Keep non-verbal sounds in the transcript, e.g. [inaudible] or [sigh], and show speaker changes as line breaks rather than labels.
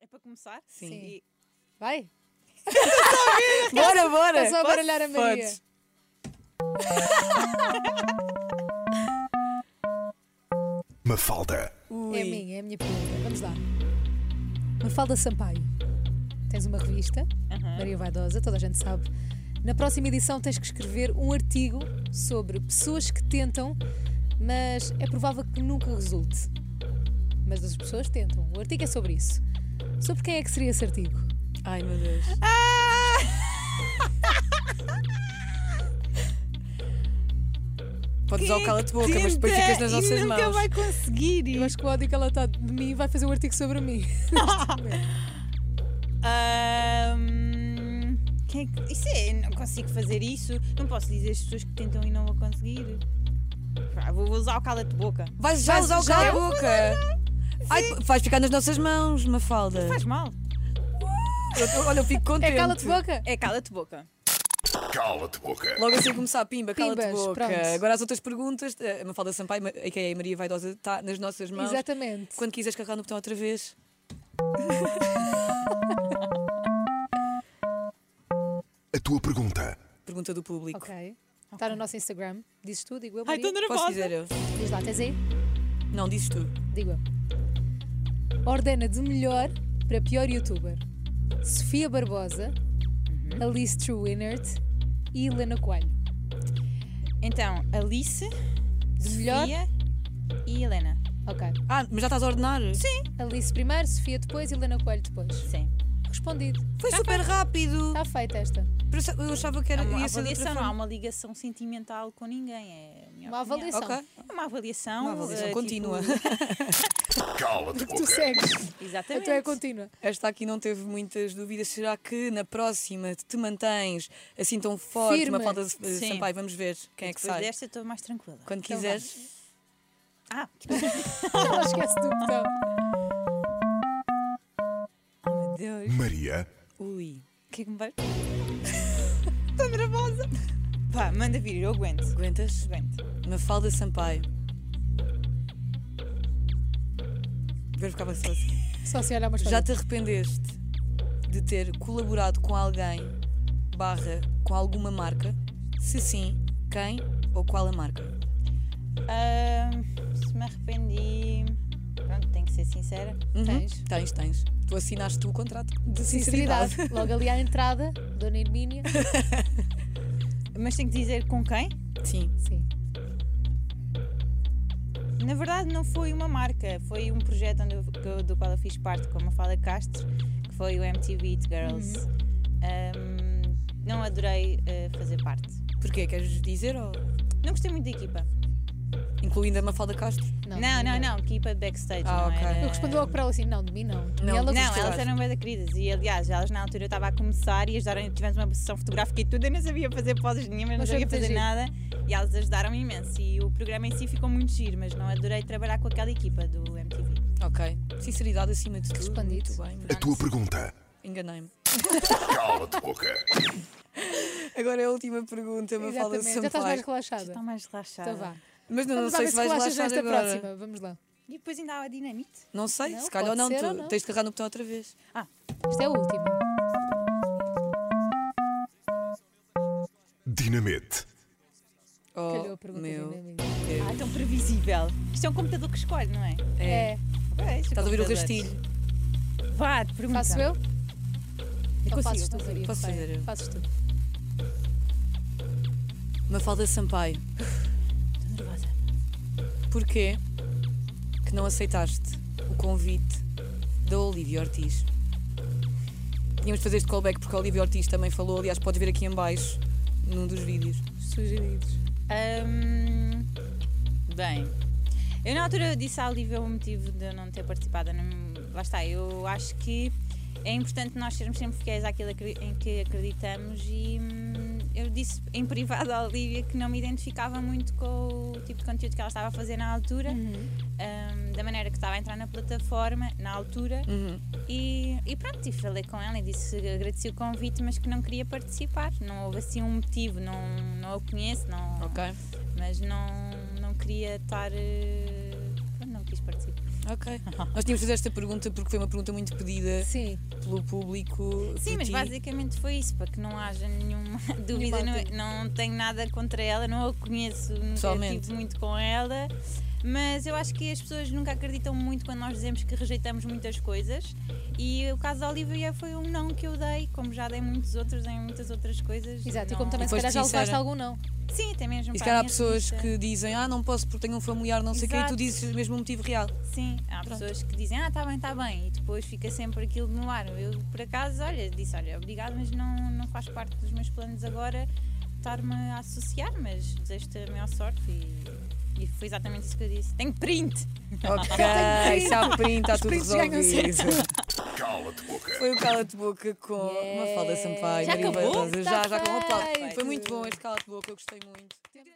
É para começar?
Sim.
[laughs] E-
Vai?
Bora, bora!
Estou só a
Posso?
baralhar a Maria.
Podes.
Mafalda.
É a
Ui.
minha, é a minha pergunta. Vamos lá. Mafalda Sampaio. Tens uma revista, Maria Vaidosa, toda a gente sabe. Na próxima edição tens que escrever um artigo sobre pessoas que tentam, mas é provável que nunca resulte. Mas as pessoas tentam. O artigo é sobre isso. Sobre quem é que seria esse artigo? Ah!
Ai, meu Deus. Podes usar o cala-te boca, mas depois
Tenta
ficas nas
e
nossas
nunca
mãos.
vai conseguir.
Eu acho que o ódio que ela está de mim vai fazer um artigo sobre mim. Neste momento.
Ahm, quem é que- Isso é, não consigo fazer isso. Não posso dizer as pessoas que tentam e não vão conseguir. Pá, vou, vou usar o cala de boca.
Vais já
Vais
usar o
já? é?
cala-boca! Ai, vais ficar nas nossas mãos, Mafalda.
Faz mal.
Eu- Olha, eu fico contente.
é cala-te boca?
É cala de boca.
Cala-te boca.
Logo assim começar, pimba, cala-te
Pimbas,
boca.
pronto.
Agora as outras perguntas, eh, a Mafalda Sampaio, a.k.a. Maria Vaidosa, está nas nossas mãos.
Exatamente.
Quando quiseres carregar no botão outra vez.
A tua pergunta.
Pergunta do público.
Ok. Está no nosso Instagram. Dizes tu, digo eu.
Ai,
Maria.
estou nervosa.
Posso dizer eu?
Diz lá, tens aí?
Não, dizes tu.
Digo eu. Ordena de melhor para pior youtuber: Sofia Barbosa, Alice True Inert e Helena Coelho.
Então, Alice,
De melhor?
Sofia e Helena.
Ok.
Ah, mas já estás a ordenar? Sim.
Alice primeiro, Sofia depois e Helena Coelho depois.
Sim.
Respondido.
Foi super rápido.
Está feita esta.
Eu achava que era.
Há uma
ia ser de outra
Tá avaliação, não há
forma.
uma ligação sentimental com ninguém. É a minha
Uma
opinião.
avaliação. é
Ok.
É Uma avaliação.
Uma avaliação
eh,
contínua.
tipo-
Cala-te
Tu segues.
exatamente.
Então é contínua.
Esta aqui não teve muitas dúvidas. Será que na próxima te mantens assim tão forte?
Firme.
Uma falta de de
Sim.
Sampaio, vamos ver quem é que
Depois
sai.
desta estou mais tranquila.
Quando
Então
quiseres.
Ah,
Ela esquece do botão.
oh meu Deus.
Maria.
Ui.
[laughs] O que é que me vai... Estou nervosa. Pá, manda vir, eu aguento.
Aguentas?
Aguento.
Mafalda Sampaio. Agora ficava só assim.
Só se olhar umas
Já
coisas.
te arrependeste de ter colaborado com alguém barra com alguma marca? Se sim, quem ou qual a marca?
Ahm, se me arrependi... Pronto, tenho que ser sincera.
Uhum.
Tens.
Tens, tens. Tu assinaste o contrato de sinceridade.
Sinceridade. Logo ali à entrada, Dona Hermínia.
Mas tenho que dizer com quem?
Sim.
Sim.
Na verdade não foi uma marca, foi um projeto onde eu- que eu- do qual eu fiz parte com a Mafalda Castro, que foi o MTV It Girls. Ahm, não adorei eh, fazer parte.
Porquê? Queres dizer? Ou...
Não gostei muito da equipa.
Incluindo a Mafalda Castro?
Não, não, não, equipa de backstage. não
Ah, ok.
era-
é. Eu respondi logo para ela assim: não, de mim não.
Não,
e ela
Não,
gostou.
elas eram bem da queridas e aliás, elas na altura eu estava a começar e ajudaram, tivemos uma sessão fotográfica e tudo, eu não sabia fazer poses nenhuma, não
Mas
sabia
foi muito
fazer
giro.
nada e elas ajudaram imenso e o programa em si ficou muito giro, mas não adorei trabalhar com aquela equipa do MTV.
Ok. Sinceridade acima de tudo.
Respondido.
Muito bem.
A tua pergunta.
Enganei-me.
Cala-te boca.
Agora é a última pergunta, Mafalda
Exatamente. Já estás mais
Sampaio.
relaxada.
Estou mais relaxada.
Então vá.
Mas não, não
Vamos lá
sei
ver
se
se
vais
relaxas
relaxar
nesta
agora.
próxima. Vamos lá.
E depois ainda há a dinamite.
Não sei,
Não,
se calhar
pode
não.
ser
tu
ou não.
tens de carregar no botão outra vez.
Isto é a última.
Dinamite.
Oh,
Calhou a pergunta é,
meu.
dinâmica.
Ah, tão previsível. Isto é um computador que escolhe, não é?
É.
É.
Pois,
Estás a ouvir o
computadores.
rastilho?
Vá, te pergunta.
Faço eu? Então
consigo,
fazes tu,
consigo.
Maria.
Posso
vai.
fazer eu?
Fazes tu.
Mafalda Sampaio.
Estou nervosa.
Porquê que não aceitaste o convite da Olivia Ortiz? Tínhamos de fazer este callback porque a Olivia Ortiz também falou, aliás, podes ver aqui em baixo num dos vídeos.
Sugeridos.
Hum, bem, eu na altura disse à Olivia o motivo de eu não ter participado. Não, lá está, eu acho que é importante nós sermos sempre fiéis àquilo acre- em que acreditamos e hum, eu disse em privado à Olivia que não me identificava muito com o tipo de conteúdo que ela estava a fazer na altura,
Uhum.
Uhum.
hum, da maneira que estava a entrar na plataforma, na altura.
Uhum.
E, e pronto, e falei com ela e disse que agradeci o convite, mas que não queria participar. Não houve assim um motivo, não, não a conheço, não,
Ok?
mas não, não queria estar. eh, pronto, não quis participar.
Ok. Nós tínhamos de fazer esta pergunta porque foi uma pergunta muito pedida
Sim.
pelo público.
Sim,
por
mas
ti.
basicamente foi isso, para que não haja nenhuma dúvida.
dúvida.
Não, não tenho nada contra ela, não a conheço, nunca
Pessoalmente.
tive muito com ela. Mas eu acho que as pessoas nunca acreditam muito quando nós dizemos que rejeitamos muitas coisas. E o caso da Olivia foi um não que eu dei, como já dei muitos outros em muitas outras coisas.
Exato, e
não-
como também se
Depois
calhar já levaste
sincera.
algum não.
Sim, até mesmo.
E se
para
calhar
a
há
minha
pessoas
revista.
que dizem, ah, não posso porque tenho um familiar, não sei o quê, e
Exato.
tu dizes mesmo o motivo real.
Sim, há
Pronto.
pessoas que dizem, ah, está bem, está bem, e depois fica sempre aquilo no ar. Eu, por acaso, olha, disse, olha, obrigado, mas não, não faz parte dos meus planos agora estar-me a associar, mas desejo-te a maior sorte e, e foi exatamente isso que eu disse. Tenho print!
Ok, se há print, está tudo
prints ganham
resolvido.
[laughs]
Cala-te boca.
Foi um o Cala-te-Boca com uma falda Sampaio,
Já
Maria
acabou?
Tá
Barbosa. Já, já com
Está
um aplauso.
feito.
Foi muito bom este Cala-te-Boca, eu gostei muito.